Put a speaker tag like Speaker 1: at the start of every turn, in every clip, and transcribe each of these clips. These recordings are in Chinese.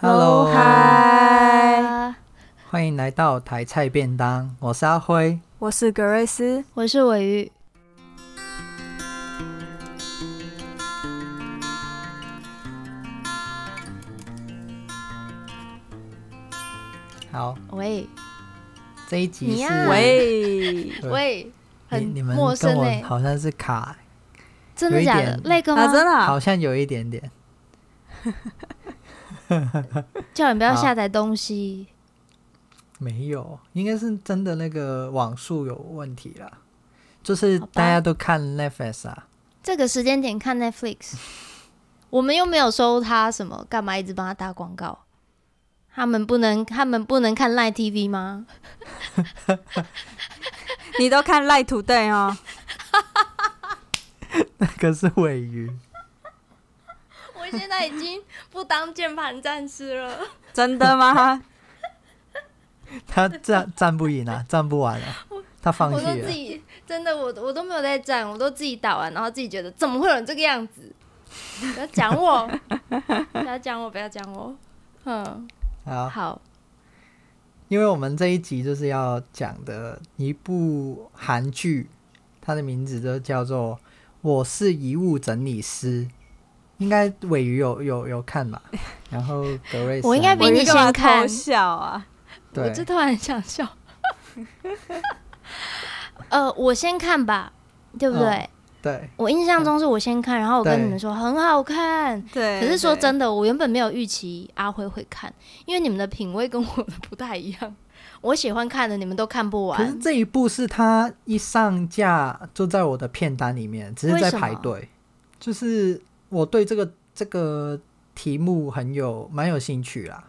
Speaker 1: Hello，
Speaker 2: 嗨，
Speaker 1: 欢迎来到台菜便当，我是阿辉。
Speaker 2: 我是格瑞斯。
Speaker 3: 我是尾鱼。
Speaker 1: 好，
Speaker 3: 喂
Speaker 1: 这一集
Speaker 3: 你
Speaker 1: 是
Speaker 3: 呀
Speaker 2: 喂，
Speaker 1: 对
Speaker 3: 喂，很
Speaker 1: 你你们
Speaker 3: 陌
Speaker 1: 跟
Speaker 3: 生哎、
Speaker 1: 我好像是卡，
Speaker 3: 真的假
Speaker 1: 有
Speaker 3: 的
Speaker 1: 一？点
Speaker 3: 那个吗？
Speaker 2: 啊，真的啊、
Speaker 1: 好像有一点点。
Speaker 3: 叫你不要
Speaker 1: 好
Speaker 3: 下载东西，
Speaker 1: 没有，应该是真的那个网速有问题啦，就是
Speaker 3: 好吧
Speaker 1: 大家都看 Netflix 啊，
Speaker 3: 这个时间点看 Netflix，我们又没有收他什么，干嘛一直帮他打广告？他们不能，他们不能看 Line TV 吗？
Speaker 2: 你都看 Light Today 哦？
Speaker 1: 那个是尾鱼。
Speaker 3: 我现在已经不当键盘战士了。
Speaker 2: 真的 吗？
Speaker 1: 他站站不赢啊，站不完啊，他放
Speaker 3: 我都
Speaker 1: 弃
Speaker 3: 自
Speaker 1: 了。
Speaker 3: 己真的，我我都没有在站，我都自己打完，然后自己觉得怎么会有人这个样子？不要讲我，不要讲我，不要讲我。嗯，
Speaker 1: 好，
Speaker 3: 好，
Speaker 1: 因为我们这一集就是要讲的一部韩剧，它的名字就叫做《我是遗物整理师》，应该尾鱼有有有看吧？然后格瑞斯
Speaker 3: 我应该
Speaker 1: 还没
Speaker 3: 比你
Speaker 2: 我干嘛
Speaker 3: 先看
Speaker 2: 偷笑啊！
Speaker 3: 我
Speaker 1: 对
Speaker 3: 这突然想笑。呃，我先看吧，对不对？
Speaker 1: 哦对
Speaker 3: 我印象中是我先看，然后我跟
Speaker 1: 对
Speaker 3: 你们说很好看。
Speaker 2: 对，
Speaker 3: 可是说
Speaker 2: 对，
Speaker 3: 真的，我原本没有预期阿辉会看，因为你们的品味跟我的不太一样。我喜欢看的你们都看不
Speaker 1: 可是
Speaker 3: 完，
Speaker 1: 这一部是他一上架就在我的片单里面，只是在排队。就是我对这个这个题目很有蛮有兴趣啦。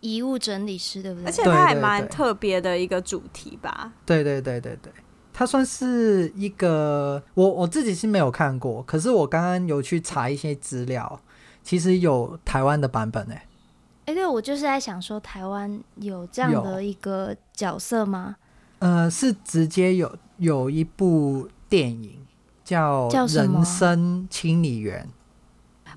Speaker 3: 遗物整理师对不对？
Speaker 2: 而且
Speaker 1: 对
Speaker 2: 它还
Speaker 1: 对
Speaker 2: 蛮
Speaker 1: 对
Speaker 2: 特别的一个主题吧？
Speaker 1: 对对对对对，它算是一个我我自己是没有看过，可是我刚刚有去查一些资料，其实有台湾的版本欸诶、
Speaker 3: 哎、对，我就是在想说，台湾有这样
Speaker 1: 有
Speaker 3: 的一个角色吗？
Speaker 1: 呃，是直接有有一部电影叫
Speaker 3: 叫
Speaker 1: 《
Speaker 3: 什么
Speaker 1: 人生清理员》。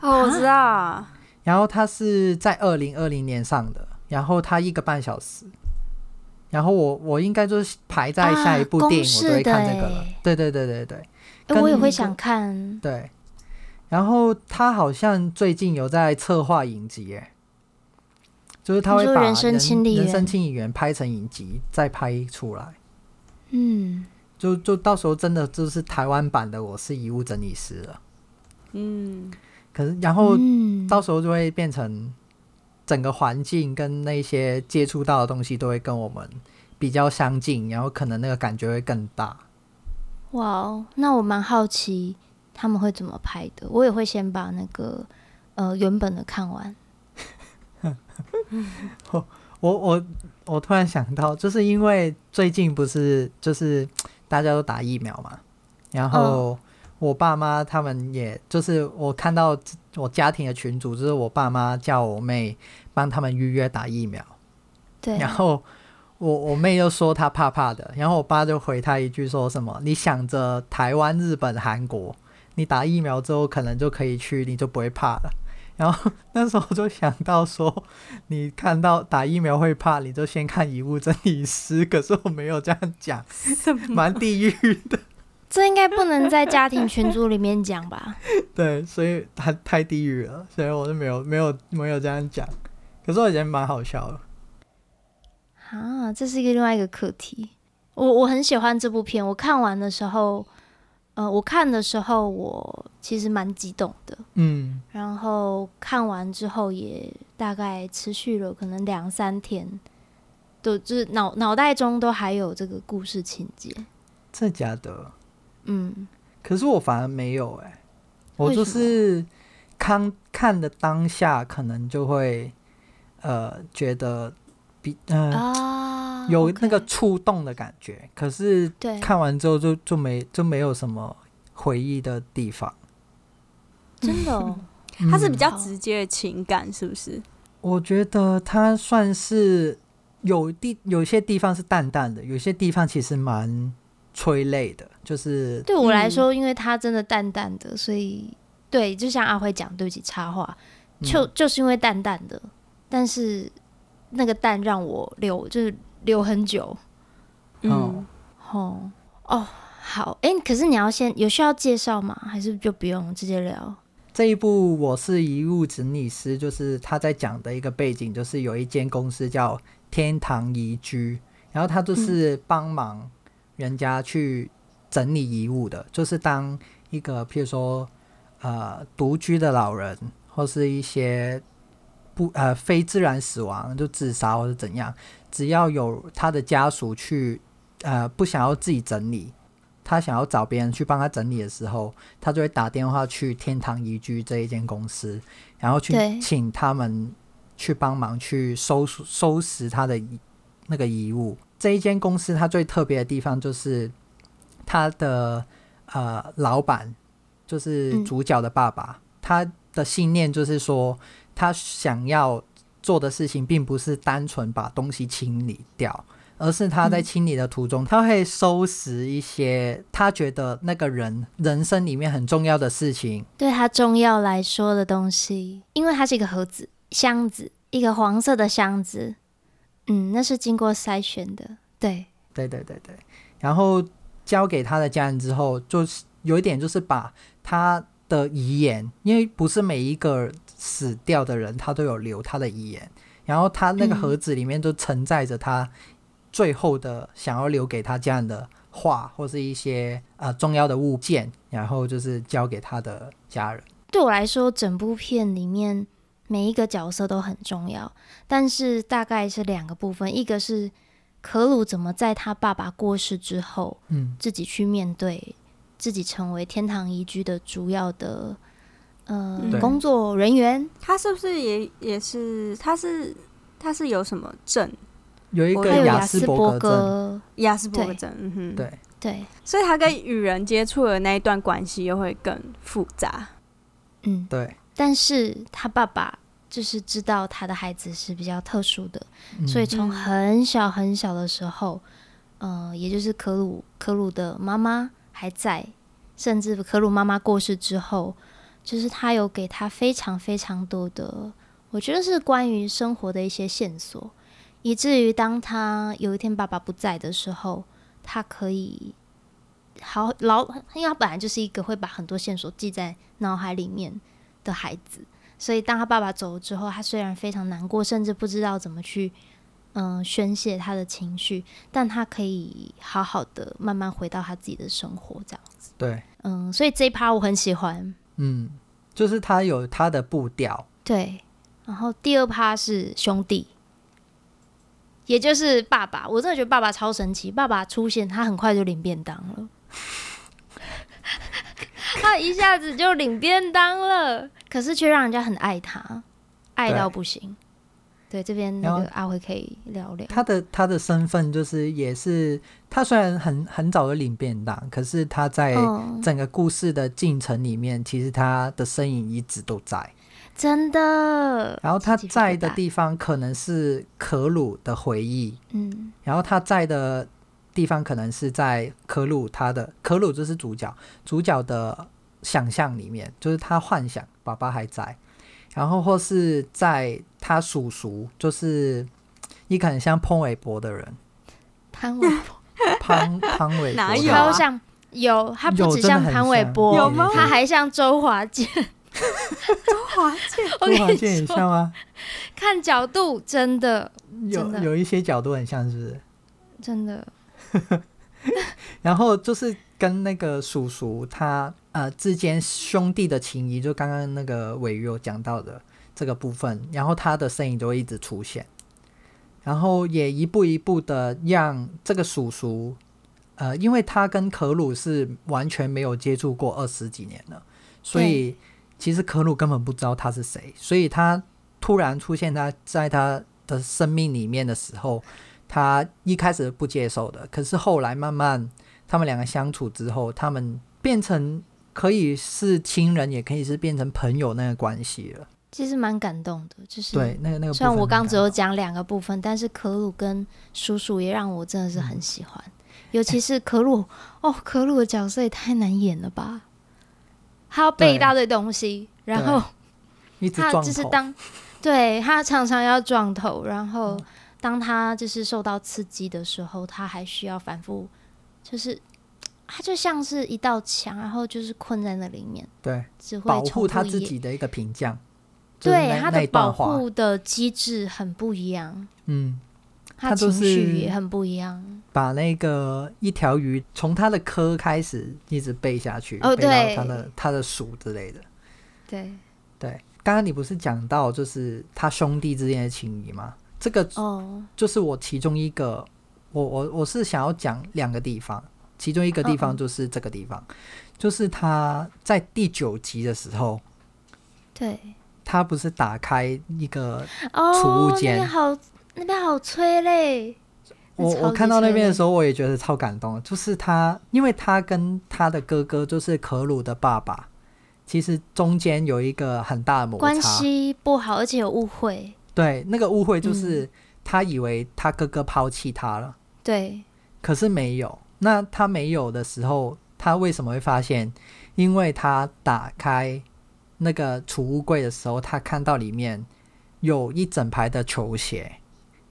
Speaker 2: 哦，我知道，
Speaker 1: 然后它是在二零二零年上的，然后它一个半小时，然后我我应该就是排在下一部
Speaker 3: 啊
Speaker 1: 电影，我都会看这个
Speaker 3: 公式的
Speaker 1: 了
Speaker 3: 欸。
Speaker 1: 对对对对对
Speaker 3: 哎、
Speaker 1: 跟
Speaker 3: 我也会
Speaker 1: 一个
Speaker 3: 想看，
Speaker 1: 对。然后他好像最近有在策划影集耶，就是他会
Speaker 3: 你说
Speaker 1: 把
Speaker 3: 人生清理
Speaker 1: 人
Speaker 3: 员
Speaker 1: 生清理员拍成影集，再拍出来。
Speaker 3: 嗯，
Speaker 1: 就就到时候真的就是台湾版的《我是遗物整理师》了。
Speaker 2: 嗯，
Speaker 1: 可是然后
Speaker 3: 嗯，
Speaker 1: 哦到时候就会变成整个环境跟那些接触到的东西都会跟我们比较相近，然后可能那个感觉会更大。
Speaker 3: 哇哦，那我蛮好奇他们会怎么拍的，我也会先把那个呃原本的看完，
Speaker 1: 我我我突然想到，就是因为最近不是就是大家都打疫苗嘛，然后我爸妈他们也就是我看到我家庭的群组，就是我爸妈叫我妹帮他们预约打疫苗。
Speaker 3: 对，
Speaker 1: 然后我我妹又说她怕怕的，然后我爸就回她一句说什么：“你想着台湾、日本、韩国，你打疫苗之后可能就可以去，你就不会怕了。” 然后那时候就想到说，你看到打疫苗会怕，你就先看《遗物整理师》，可是我没有这样讲，
Speaker 2: 什么？
Speaker 1: 蛮地狱的，
Speaker 3: 这应该不能在家庭群组里面讲吧？
Speaker 1: 对，所以太太地狱了，所以我就没有没有没有这样讲。可是我觉得蛮好笑的，
Speaker 3: 啊，这是一个另外一个课题。我我很喜欢这部片，我看完的时候，呃，我看的时候我其实蛮激动的，
Speaker 1: 嗯，
Speaker 3: 然后看完之后也大概持续了可能两三天，都就是脑脑袋中都还有这个故事情节。
Speaker 1: 真的假的？
Speaker 3: 嗯，
Speaker 1: 可是我反而没有哎、我
Speaker 3: 为
Speaker 1: 就
Speaker 3: 什么
Speaker 1: 是看看的当下，可能就会呃觉得比嗯、呃
Speaker 3: 啊
Speaker 1: 有
Speaker 3: OK
Speaker 1: 那个触动的感觉，可是
Speaker 3: 对，
Speaker 1: 看完之后就就没就没有什么回忆的地方。
Speaker 3: 真的、哦，
Speaker 2: 它是比
Speaker 1: 嗯
Speaker 2: 较
Speaker 3: 好
Speaker 2: 直接的情感，是不是？
Speaker 1: 我觉得它算是有地有些地方是淡淡的，有些地方其实蛮催泪的，就是
Speaker 3: 对我来说，因为它真的淡淡的，所以对，就像阿辉讲，对不起，插话，就、就是因为淡淡的，但是那个蛋让我留，就是留很久。
Speaker 1: 嗯
Speaker 2: 嗯，
Speaker 3: 哦哦，好，哎、可是你要先有需要介绍吗？还是就不用直接聊？
Speaker 1: 这一部我是一入整理师，就是他在讲的一个背景，就是有一间公司叫天堂宜居，然后他就是帮忙人家去整理遗物的，就是当一个譬如说呃独居的老人，或是一些不呃非自然死亡就自杀或是怎样，只要有他的家属去呃不想要自己整理，他想要找别人去帮他整理的时候，他就会打电话去天堂宜居这一间公司，然后去
Speaker 3: 对
Speaker 1: 请他们去帮忙去收拾收拾他的遗那个遗物。这一间公司它最特别的地方就是他的呃老板，就是
Speaker 3: 嗯
Speaker 1: 主角的爸爸，他的信念就是说，他想要做的事情并不是单纯把东西清理掉，而是他在
Speaker 3: 嗯
Speaker 1: 清理的途中，他会收拾一些他觉得那个人人生里面很重要的事情。
Speaker 3: 对它重要来说的东西，因为它是一个盒子、箱子，一个黄色的箱子，嗯，那是经过筛选的，对，
Speaker 1: 对对对对，然后交给他的家人之后，就是有一点就是把他的遗言，因为不是每一个死掉的人他都有留他的遗言，然后他那个
Speaker 3: 嗯
Speaker 1: 盒子里面就承载着他最后的想要留给他家人的话，或是一些呃重要的物件，然后就是交给他的家人。
Speaker 3: 对我来说，整部片里面每一个角色都很重要，但是大概是两个部分，一个是可鲁怎么在他爸爸过世之后，
Speaker 1: 嗯
Speaker 3: 自己去面对，自己成为天堂宜居的主要的呃
Speaker 1: 嗯
Speaker 2: 对
Speaker 3: 工作人员，
Speaker 2: 他是不是也也是？他是他是有什么症？
Speaker 1: 有一
Speaker 2: 我
Speaker 1: 个
Speaker 3: 还有
Speaker 2: 对
Speaker 1: 雅
Speaker 3: 雅
Speaker 1: 斯
Speaker 3: 斯
Speaker 1: 伯格
Speaker 3: 伯
Speaker 1: 症，
Speaker 3: 格，
Speaker 2: 亚斯伯格
Speaker 3: 对
Speaker 2: 症，嗯哼，
Speaker 1: 对，
Speaker 3: 对，
Speaker 2: 所以他跟与人接触的那一段关系又会更复杂。
Speaker 3: 嗯，
Speaker 1: 对，
Speaker 3: 但是他爸爸就是知道他的孩子是比较特殊的，
Speaker 1: 嗯
Speaker 3: 所以从很小很小的时候，呃，也就是可鲁可鲁的妈妈还在，甚至可鲁妈妈过世之后，就是他有给他非常非常多的，我觉得是关于生活的一些线索，以至于当他有一天爸爸不在的时候，他可以。好老，因为他本来就是一个会把很多线索记在脑海里面的孩子，所以当他爸爸走了之后，他虽然非常难过，甚至不知道怎么去嗯、宣泄他的情绪，但他可以好好的慢慢回到他自己的生活，这样。
Speaker 1: 对，
Speaker 3: 嗯，所以这一趴我很喜欢。
Speaker 1: 嗯，就是他有他的步调，
Speaker 3: 对，然后第二趴是兄弟，也就是爸爸。我真的觉得爸爸超神奇，爸爸出现，他很快就领便当了。 他一下子就领便当了，可是却让人家很爱他，爱到不行。对，这边那
Speaker 1: 然
Speaker 3: 个
Speaker 1: 后
Speaker 3: 阿辉可以聊聊。
Speaker 1: 他的他的身份就是也是他虽然很很早就领便当，可是他在
Speaker 3: 嗯，
Speaker 1: 整个故事的进程里面，其实他的身影一直都在。
Speaker 3: 真的。
Speaker 1: 然后他
Speaker 3: 鸡皮疙
Speaker 1: 在的
Speaker 3: 瘩
Speaker 1: 地方可能是可鲁的回忆，
Speaker 3: 嗯
Speaker 1: 然后他在的地方可能是在可鲁他的可鲁就是主角，主角的想象里面，就是他幻想爸爸还在，然后或是在他叔叔，就是一个很像潘玮柏的人，，
Speaker 3: 潘玮
Speaker 1: 潘潘玮柏
Speaker 2: 哪
Speaker 1: 的
Speaker 2: 有
Speaker 1: 人
Speaker 3: 超
Speaker 2: 啊
Speaker 3: 像有，他
Speaker 1: 有
Speaker 3: 不只
Speaker 1: 真的
Speaker 3: 像
Speaker 1: 很
Speaker 3: 潘玮柏，
Speaker 2: 有吗
Speaker 3: 他还像周华 健。
Speaker 2: 哇，这
Speaker 3: 我
Speaker 1: 周华
Speaker 3: 跟
Speaker 1: 健
Speaker 3: 你
Speaker 1: 也
Speaker 3: 说，
Speaker 1: 像吗？
Speaker 3: 看角度真的
Speaker 1: 有
Speaker 3: 真的
Speaker 1: 有一些角度很像，是不是？
Speaker 3: 真的，
Speaker 1: 然后就是跟那个叔叔他呃之间兄弟的情谊，就刚刚那个伟宇有讲到的这个部分，然后他的身影就会一直出现，然后也一步一步的让这个叔叔，呃，因为他跟可鲁是完全没有接触过二十几年了，所以其实可鲁根本不知道他是谁，所以他突然出现他在他的生命里面的时候，他一开始不接受的，可是后来慢慢他们两个相处之后，他们变成可以是亲人，也可以是变成朋友那个关系了。
Speaker 3: 其实蛮感动的。就是
Speaker 1: 对，那个那个部分很感动。
Speaker 3: 虽然我刚只有讲两个部分，但是可鲁跟叔叔也让我真的是很喜欢，尤其是可鲁哦，可鲁的角色也太难演了吧！他要背一
Speaker 1: 对
Speaker 3: 大堆东西，然后
Speaker 1: 一直
Speaker 3: 他
Speaker 1: 撞
Speaker 3: 就是
Speaker 1: 头，
Speaker 3: 当对他常常要撞头，然后
Speaker 1: 嗯
Speaker 3: 当他就是受到刺激的时候，他还需要反复，就是他就像是一道墙，然后就是困在那里面，
Speaker 1: 对，
Speaker 3: 只会
Speaker 1: 保
Speaker 3: 重
Speaker 1: 护
Speaker 3: 复
Speaker 1: 他
Speaker 3: 一
Speaker 1: 自
Speaker 3: 页
Speaker 1: 己的一个评价。就是
Speaker 3: 对
Speaker 1: 那
Speaker 3: 他
Speaker 1: 那
Speaker 3: 的
Speaker 1: 一段
Speaker 3: 保
Speaker 1: 话
Speaker 3: 护的机制很不一样，
Speaker 1: 嗯，他就
Speaker 3: 情绪
Speaker 1: 是
Speaker 3: 也很不一样。
Speaker 1: 把那个一条鱼从它的科开始一直背下去，
Speaker 3: 哦
Speaker 1: 背到
Speaker 3: 对
Speaker 1: 它的它的属之类的。
Speaker 3: 对，
Speaker 1: 对，刚刚你不是讲到就是他兄弟之间的情谊吗？这个
Speaker 3: 哦，
Speaker 1: 就是我其中一个，我我我是想要讲两个地方，其中一个地
Speaker 3: 嗯
Speaker 1: 方
Speaker 3: 嗯
Speaker 1: 就是这个地方，就是他在第九集的时候，
Speaker 3: 对，
Speaker 1: 他不是打开一个
Speaker 3: 哦，那
Speaker 1: 间
Speaker 3: 边好，那边好催泪。
Speaker 1: 我
Speaker 3: 超
Speaker 1: 我
Speaker 3: 级
Speaker 1: 看到那
Speaker 3: 催
Speaker 1: 边的
Speaker 3: 泪
Speaker 1: 时候，我也觉得超感动的，就是他，因为他跟他的哥哥就是可鲁的爸爸，其实中间有一个很大的摩
Speaker 3: 关
Speaker 1: 擦，
Speaker 3: 系不好，而且有误会。
Speaker 1: 对，那个误会
Speaker 3: 嗯
Speaker 1: 就是他以为他哥哥抛弃他了，
Speaker 3: 对，
Speaker 1: 可是没有。那他没有的时候，他为什么会发现？因为他打开那个储物柜的时候，他看到里面有一整排的球鞋，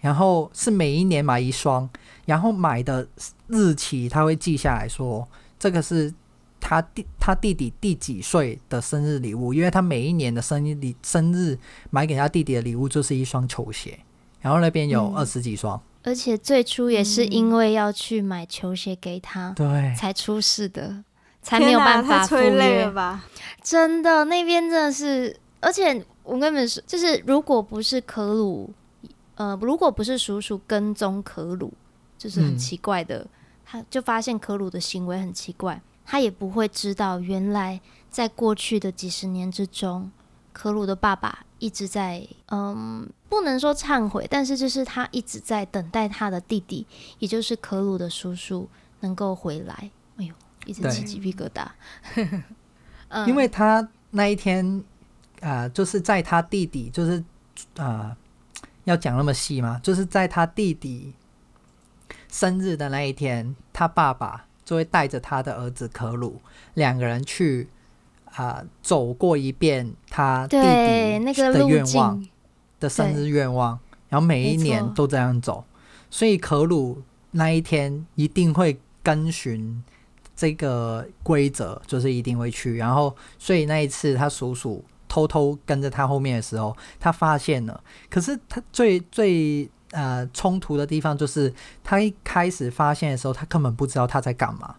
Speaker 1: 然后是每一年买一双，然后买的日期他会记下来说，这个是他弟他弟弟第几岁的生日礼物，因为他每一年的生日礼生日买给他弟弟的礼物就是一双球鞋，然后那边有
Speaker 3: 嗯
Speaker 1: 二十几双，
Speaker 3: 而且最初也
Speaker 2: 嗯
Speaker 3: 是因为要去买球鞋给他、
Speaker 1: 对，
Speaker 3: 才出事的，才
Speaker 2: 天
Speaker 3: 没有
Speaker 2: 哪
Speaker 3: 办法
Speaker 2: 太
Speaker 3: 赴
Speaker 2: 催泪
Speaker 3: 约
Speaker 2: 了。吧？
Speaker 3: 真的，那边真的是，而且我跟你们说，就是如果不是可鲁，呃，如果不是叔叔跟踪可鲁，就是很
Speaker 1: 嗯
Speaker 3: 奇怪的，他就发现可鲁的行为很奇怪，他也不会知道原来在过去的几十年之中，可鲁的爸爸一直在，嗯，不能说忏悔，但是就是他一直在等待他的弟弟，也就是可鲁的叔叔能够回来。哎呦，一直
Speaker 1: 对
Speaker 3: 起鸡皮疙瘩。 嗯
Speaker 1: 因为他那一天啊、呃就是在他弟弟，就是啊、呃要讲那么细吗？就是在他弟弟生日的那一天，他爸爸就会带着他的儿子可鲁两个人去啊、呃走过一遍他弟
Speaker 3: 对
Speaker 1: 弟
Speaker 3: 那个
Speaker 1: 的
Speaker 3: 路
Speaker 1: 愿望
Speaker 3: 径，
Speaker 1: 的生
Speaker 3: 对
Speaker 1: 日愿望，然后每一
Speaker 3: 没
Speaker 1: 年
Speaker 3: 错
Speaker 1: 都这样走，所以可鲁那一天一定会跟循这个规则，就是一定会去。然后，所以那一次他叔叔偷偷跟着他后面的时候，他发现了。可是他最最呃冲突的地方就是，他一开始发现的时候，他根本不知道他在干嘛。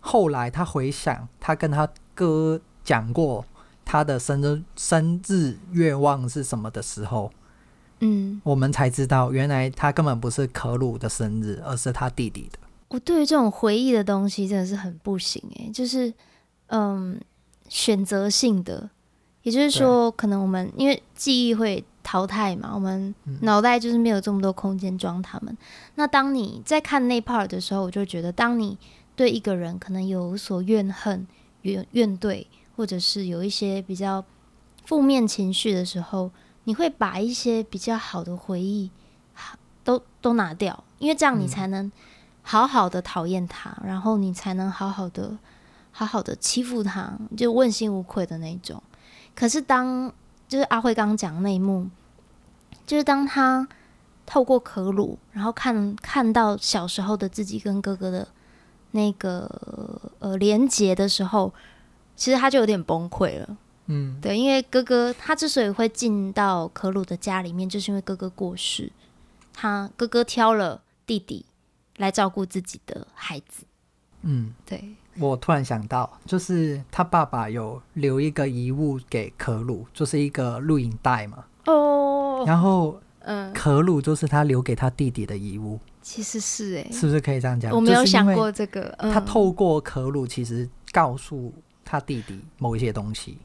Speaker 1: 后来他回想，他跟他哥讲过他的生日生日愿望是什么的时候，
Speaker 3: 嗯，
Speaker 1: 我们才知道，原来他根本不是可鲁的生日，而是他弟弟的。
Speaker 3: 我对于这种回忆的东西真的是很不行诶、就是嗯，选择性的，也就是说，可能我们因为记忆会淘汰嘛，我们
Speaker 1: 嗯
Speaker 3: 脑袋就是没有这么多空间装他们。那当你在看那 part 的时候，我就觉得，当你对一个人可能有所怨恨、怨怨怼，或者是有一些比较负面情绪的时候，你会把一些比较好的回忆哈都都拿掉，因为这样你
Speaker 1: 嗯
Speaker 3: 才能好好的讨厌他，然后你才能好好的好好的欺负他，就问心无愧的那一种。可是当就是阿辉刚刚讲的那一幕，就是当他透过可鲁，然后看看到小时候的自己跟哥哥的那个呃连结的时候，其实他就有点崩溃了。
Speaker 1: 嗯，
Speaker 3: 对，因为哥哥他之所以会进到可鲁的家里面，就是因为哥哥过世，他哥哥挑了弟弟来照顾自己的孩子。
Speaker 1: 嗯，
Speaker 3: 对，
Speaker 1: 我突然想到，就是他爸爸有留一个遗物给可鲁，就是一个录影带嘛。
Speaker 3: 哦，
Speaker 1: 然后
Speaker 3: 嗯，
Speaker 1: 可鲁就是他留给他弟弟的遗物，
Speaker 3: 其实是哎、
Speaker 1: 是不是可以这样讲？
Speaker 3: 我没有
Speaker 1: 就是因
Speaker 3: 想
Speaker 1: 为
Speaker 3: 过这个。嗯、
Speaker 1: 他透过可鲁其实告诉他弟弟某一些东西。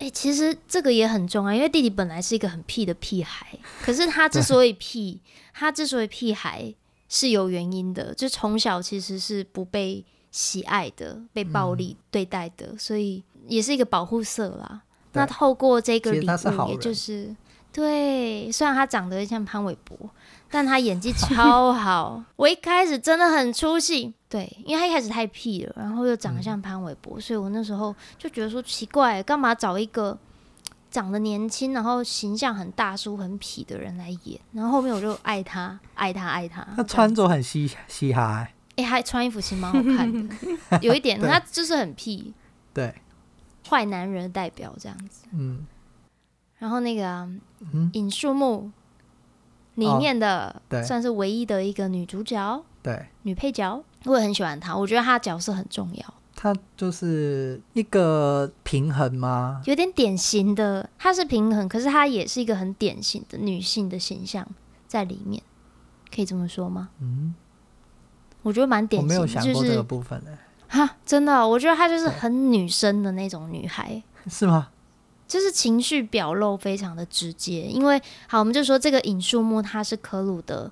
Speaker 3: 哎、其实这个也很重要，因为弟弟本来是一个很屁的屁孩，可是他之所以屁，他之所以屁孩是有原因的，就从小其实是不被喜爱的，被暴
Speaker 1: 嗯
Speaker 3: 力对待的，所以也是一个保护色啦。
Speaker 1: 对
Speaker 3: 那透过这个
Speaker 1: 其实
Speaker 3: 礼
Speaker 1: 他是好
Speaker 3: 物，也
Speaker 1: 人
Speaker 3: 就是对，虽然他长得像潘玮柏，但他演技超好。我一开始真的很出戏，对，因为他一开始太屁了，
Speaker 1: 嗯
Speaker 3: 然后又长得像潘玮柏，所以我那时候就觉得说奇怪，干嘛找一个长得年轻，然后形象很大叔、很痞的人来演，然后后面我就爱他，爱他，爱他。
Speaker 1: 他穿着很嘻嘻哈、欸，
Speaker 3: 哎、他穿衣服其实蛮好看 的，有一点，
Speaker 1: 对
Speaker 3: 他就是很屁，
Speaker 1: 嗯对，
Speaker 3: 坏男人的代表这样子。
Speaker 1: 嗯
Speaker 3: 然后那个、啊
Speaker 1: 嗯
Speaker 3: 《尹树木》里
Speaker 1: 哦
Speaker 3: 面的、
Speaker 1: 对
Speaker 3: 算是唯一的一个女主角、
Speaker 1: 对，
Speaker 3: 女配角，我也很喜欢她，我觉得她的角色很重要。
Speaker 1: 他就是一个平衡吗？
Speaker 3: 有点典型的，她是平衡，可是她也是一个很典型的女性的形象在里面，可以这么说吗？
Speaker 1: 嗯，
Speaker 3: 我觉得蛮典
Speaker 1: 我
Speaker 3: 型
Speaker 1: 没
Speaker 3: 的，
Speaker 1: 有想过
Speaker 3: 就
Speaker 1: 这个
Speaker 3: 是
Speaker 1: 部分呢、
Speaker 3: 哈，真的哦、我觉得她就是
Speaker 1: 对
Speaker 3: 很女生的那种女孩，
Speaker 1: 是吗？
Speaker 3: 就是情绪表露非常的直接。因为好，我们就说这个尹树木他是可鲁的，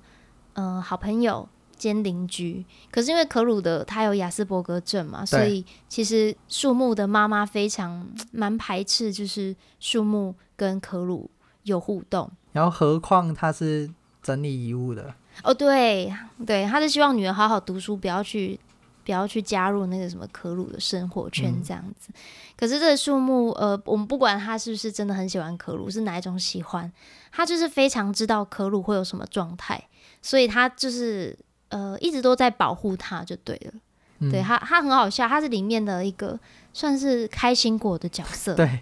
Speaker 3: 嗯、好朋友兼邻居。可是因为可鲁的他有雅斯伯格症嘛，所以其实树木的妈妈非常嗯蛮排斥，就是树木跟可鲁有互动。
Speaker 1: 然后何况他是整理遗物的，
Speaker 3: 哦，对对，他是希望女儿好好读书，不要去不要去加入那个什么可鲁的生活圈
Speaker 1: 嗯
Speaker 3: 这样子。可是这个树木，呃，我们不管他是不是真的很喜欢可鲁，是哪一种喜欢，他就是非常知道可鲁会有什么状态，所以他就是呃一直都在保护他就对了。
Speaker 1: 嗯、
Speaker 3: 对他，他很好笑，他是里面的一个算是开心果的角色。
Speaker 1: 对，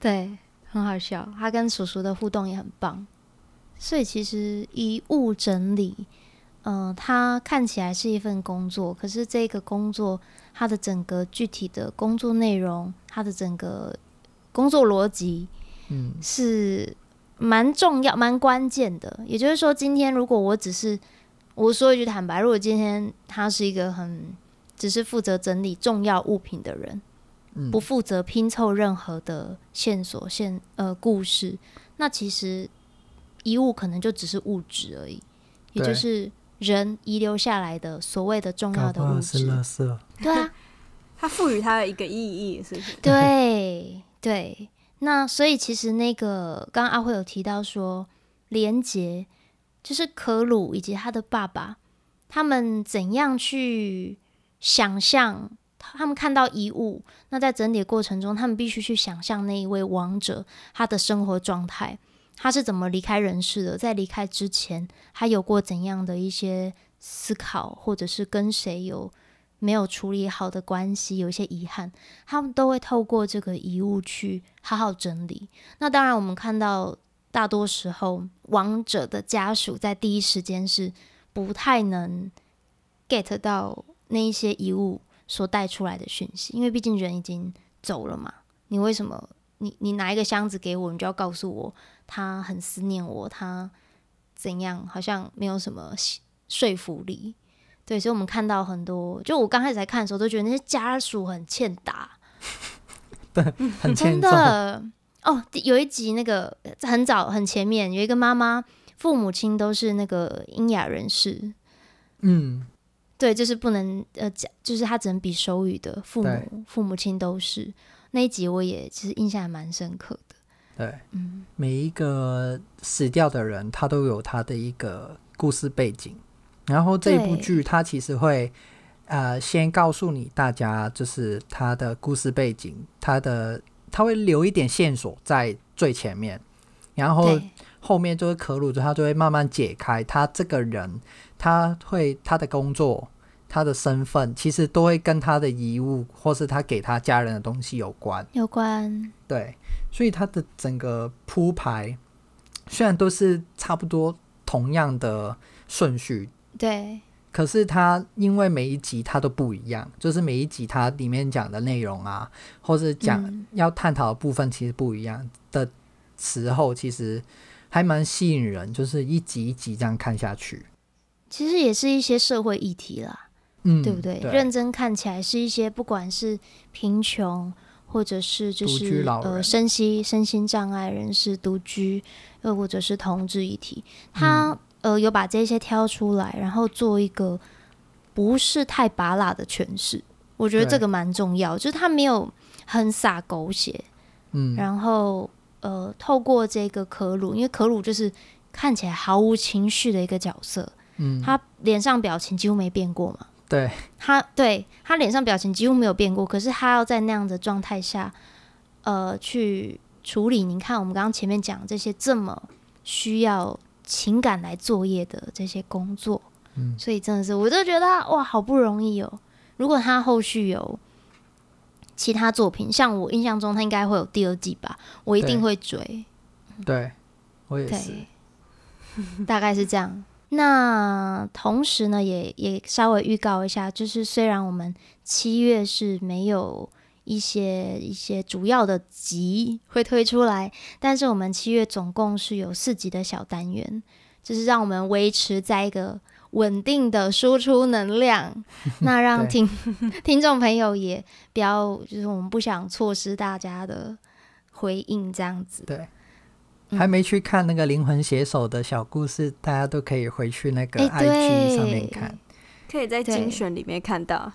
Speaker 3: 对，很好笑。他跟叔叔的互动也很棒，所以其实遗物整理，嗯、它看起来是一份工作，可是这个工作它的整个具体的工作内容，它的整个工作逻辑
Speaker 1: 嗯
Speaker 3: 是蛮重要、蛮关键的。也就是说，今天如果我只是我说一句坦白，如果今天他是一个很只是负责整理重要物品的人，
Speaker 1: 嗯，
Speaker 3: 不负责拼凑任何的线索、线呃故事，那其实遗物可能就只是物质而已，也
Speaker 1: 对
Speaker 3: 就是人遗留下来的所谓的重要
Speaker 1: 搞
Speaker 3: 的
Speaker 1: 不
Speaker 3: 物
Speaker 1: 好是
Speaker 3: 质
Speaker 1: 垃。 圾，
Speaker 3: 对啊，
Speaker 2: 它赋予它的一个意义，是不是？
Speaker 3: 对 对，那所以其实那个刚刚阿慧有提到说，连杰就是可鲁以及他的爸爸，他们怎样去想象，他们看到遗物，那在整理的过程中，他们必须去想象那一位亡者他的生活状态。他是怎么离开人世的？在离开之前，他有过怎样的一些思考，或者是跟谁有没有处理好的关系，有一些遗憾。他们都会透过这个遗物去好好整理。那当然，我们看到大多时候亡者的家属在第一时间是不太能 get 到那一些遗物所带出来的讯息，因为毕竟人已经走了嘛。你为什么你你拿一个箱子给我，你就要告诉我他很思念我，他怎样，好像没有什么说服力。对，所以我们看到很多，就我刚开始在看的时候，都觉得那些家属很欠打，
Speaker 1: 很
Speaker 3: 真
Speaker 1: 欠揍。
Speaker 3: 的哦。第有一集那个很早很前面有一个妈妈，父母亲都是那个聋哑人士，
Speaker 1: 嗯，
Speaker 3: 对，就是不能呃讲，就是他只能比手语的父
Speaker 1: 对
Speaker 3: 母父母亲都是那一集，我也其实印象还蛮深刻的。
Speaker 1: 对，
Speaker 3: 嗯，
Speaker 1: 每一个死掉的人，他都有他的一个故事背景。然后这部
Speaker 3: 对
Speaker 1: 剧，它其实会呃先告诉你大家，就是他的故事背景，他的他会留一点线索在最前面，然后
Speaker 3: 对
Speaker 1: 后面就是可鲁，就他就会慢慢解开他这个人，他会他的工作、他的身份，其实都会跟他的遗物或是他给他家人的东西有关。
Speaker 3: 有关
Speaker 1: 对，所以他的整个铺排虽然都是差不多同样的顺序，
Speaker 3: 对
Speaker 1: 可是它因为每一集它都不一样，就是每一集它里面讲的内容啊，或是讲
Speaker 3: 嗯
Speaker 1: 要探讨的部分其实不一样的时候，其实还蛮吸引人，就是一集一集这样看下去，
Speaker 3: 其实也是一些社会议题啦。
Speaker 1: 嗯，
Speaker 3: 对不对？认真看起来是一些不管是贫穷，或者是就
Speaker 1: 独居
Speaker 3: 是
Speaker 1: 老
Speaker 3: 呃
Speaker 1: 人
Speaker 3: 身心身心障碍人士、独居，又或者是同志议题，他、
Speaker 1: 嗯
Speaker 3: 呃有把这些挑出来，然后做一个不是太拔辣的诠释。我觉得
Speaker 1: 对
Speaker 3: 这个蛮重要，就是他没有很洒狗血，
Speaker 1: 嗯，
Speaker 3: 然后呃，透过这个可鲁，因为可鲁就是看起来毫无情绪的一个角色，
Speaker 1: 嗯，
Speaker 3: 他脸上表情几乎没变过嘛。
Speaker 1: 对，
Speaker 3: 他对他脸上表情几乎没有变过，可是他要在那样的状态下，呃，去处理。您看，我们刚刚前面讲这些这么需要情感来作业的这些工作，
Speaker 1: 嗯
Speaker 3: 所以真的是，我就觉得他哇，好不容易哦。如果他后续有其他作品，像我印象中他应该会有第二季吧，我一定
Speaker 1: 对
Speaker 3: 会追。
Speaker 1: 对我也是，
Speaker 3: 对， 大概是这样。那同时呢，也也稍微预告一下，就是虽然我们七月是没有一些一些主要的集会推出来，但是我们七月总共是有四集的小单元，就是让我们维持在一个稳定的输出 能量，那让
Speaker 1: 对
Speaker 3: 听听众朋友也不要，就是我们不想错失大家的回应这样子。
Speaker 1: 对。
Speaker 3: 嗯
Speaker 1: 还没去看那个《灵魂写手》的小故事，大家都可以回去那个
Speaker 3: 哎
Speaker 1: IG
Speaker 3: 对
Speaker 1: 上面看。
Speaker 2: 可以在
Speaker 3: 对
Speaker 2: 精选里面看到。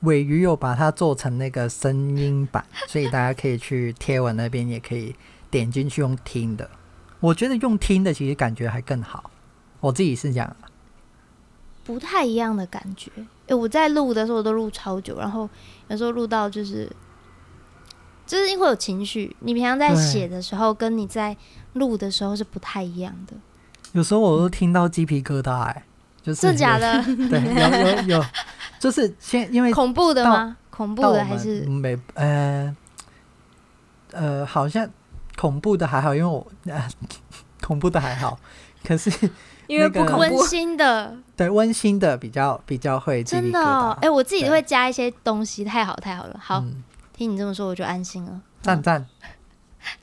Speaker 1: 尾鱼有把它做成那个声音版，所以大家可以去贴文那边也可以点进去用听的。我觉得用听的其实感觉还更好，我自己是这样。
Speaker 3: 不太一样的感觉。诶、我在录的时候我都录超久，然后有时候录到就是，就是会有情绪。你平常在
Speaker 1: 对
Speaker 3: 写的时候，跟你在录的时候是不太一样的，
Speaker 1: 有时候我都听到鸡皮疙瘩、哎，就是
Speaker 3: 真的假
Speaker 1: 有？
Speaker 3: 的？
Speaker 1: 对，有有有，就是先因为
Speaker 3: 恐怖的吗？
Speaker 1: 哎
Speaker 3: 恐怖
Speaker 1: 到我
Speaker 3: 的
Speaker 1: 们
Speaker 3: 还是
Speaker 1: 没呃呃，好像恐怖的还好，因为我、 呃、恐怖的还好，可是
Speaker 2: 因为
Speaker 1: 那个
Speaker 2: 不恐
Speaker 3: 温
Speaker 2: 怖，
Speaker 3: 馨的？
Speaker 1: 对温馨的比较比较会鸡皮
Speaker 3: 真
Speaker 1: 疙
Speaker 3: 的
Speaker 1: 瘩。
Speaker 3: 哦，诶、我自己
Speaker 1: 对
Speaker 3: 会加一些东西，太好太好了。好，
Speaker 1: 嗯
Speaker 3: 听你这么说我就安心了，
Speaker 1: 赞赞，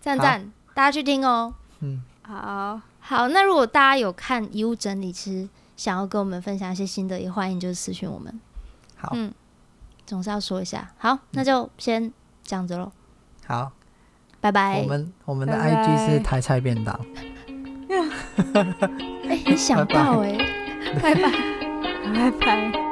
Speaker 3: 赞
Speaker 1: 好
Speaker 3: 赞，大家去听哦。
Speaker 1: 嗯，
Speaker 2: 好，
Speaker 3: 好，那如果大家有看遗物整理师，想要跟我们分享一些心得，也欢迎就是私讯我们。
Speaker 1: 好嗯
Speaker 3: 嗯，总是要说一下。好，那就先这样子喽，
Speaker 1: 好，
Speaker 3: 拜拜。
Speaker 1: 我们我们的
Speaker 2: 拜拜
Speaker 1: IG 是台菜便当，
Speaker 3: 哎、你想欸
Speaker 1: 拜拜
Speaker 3: 到哎、
Speaker 2: 拜拜。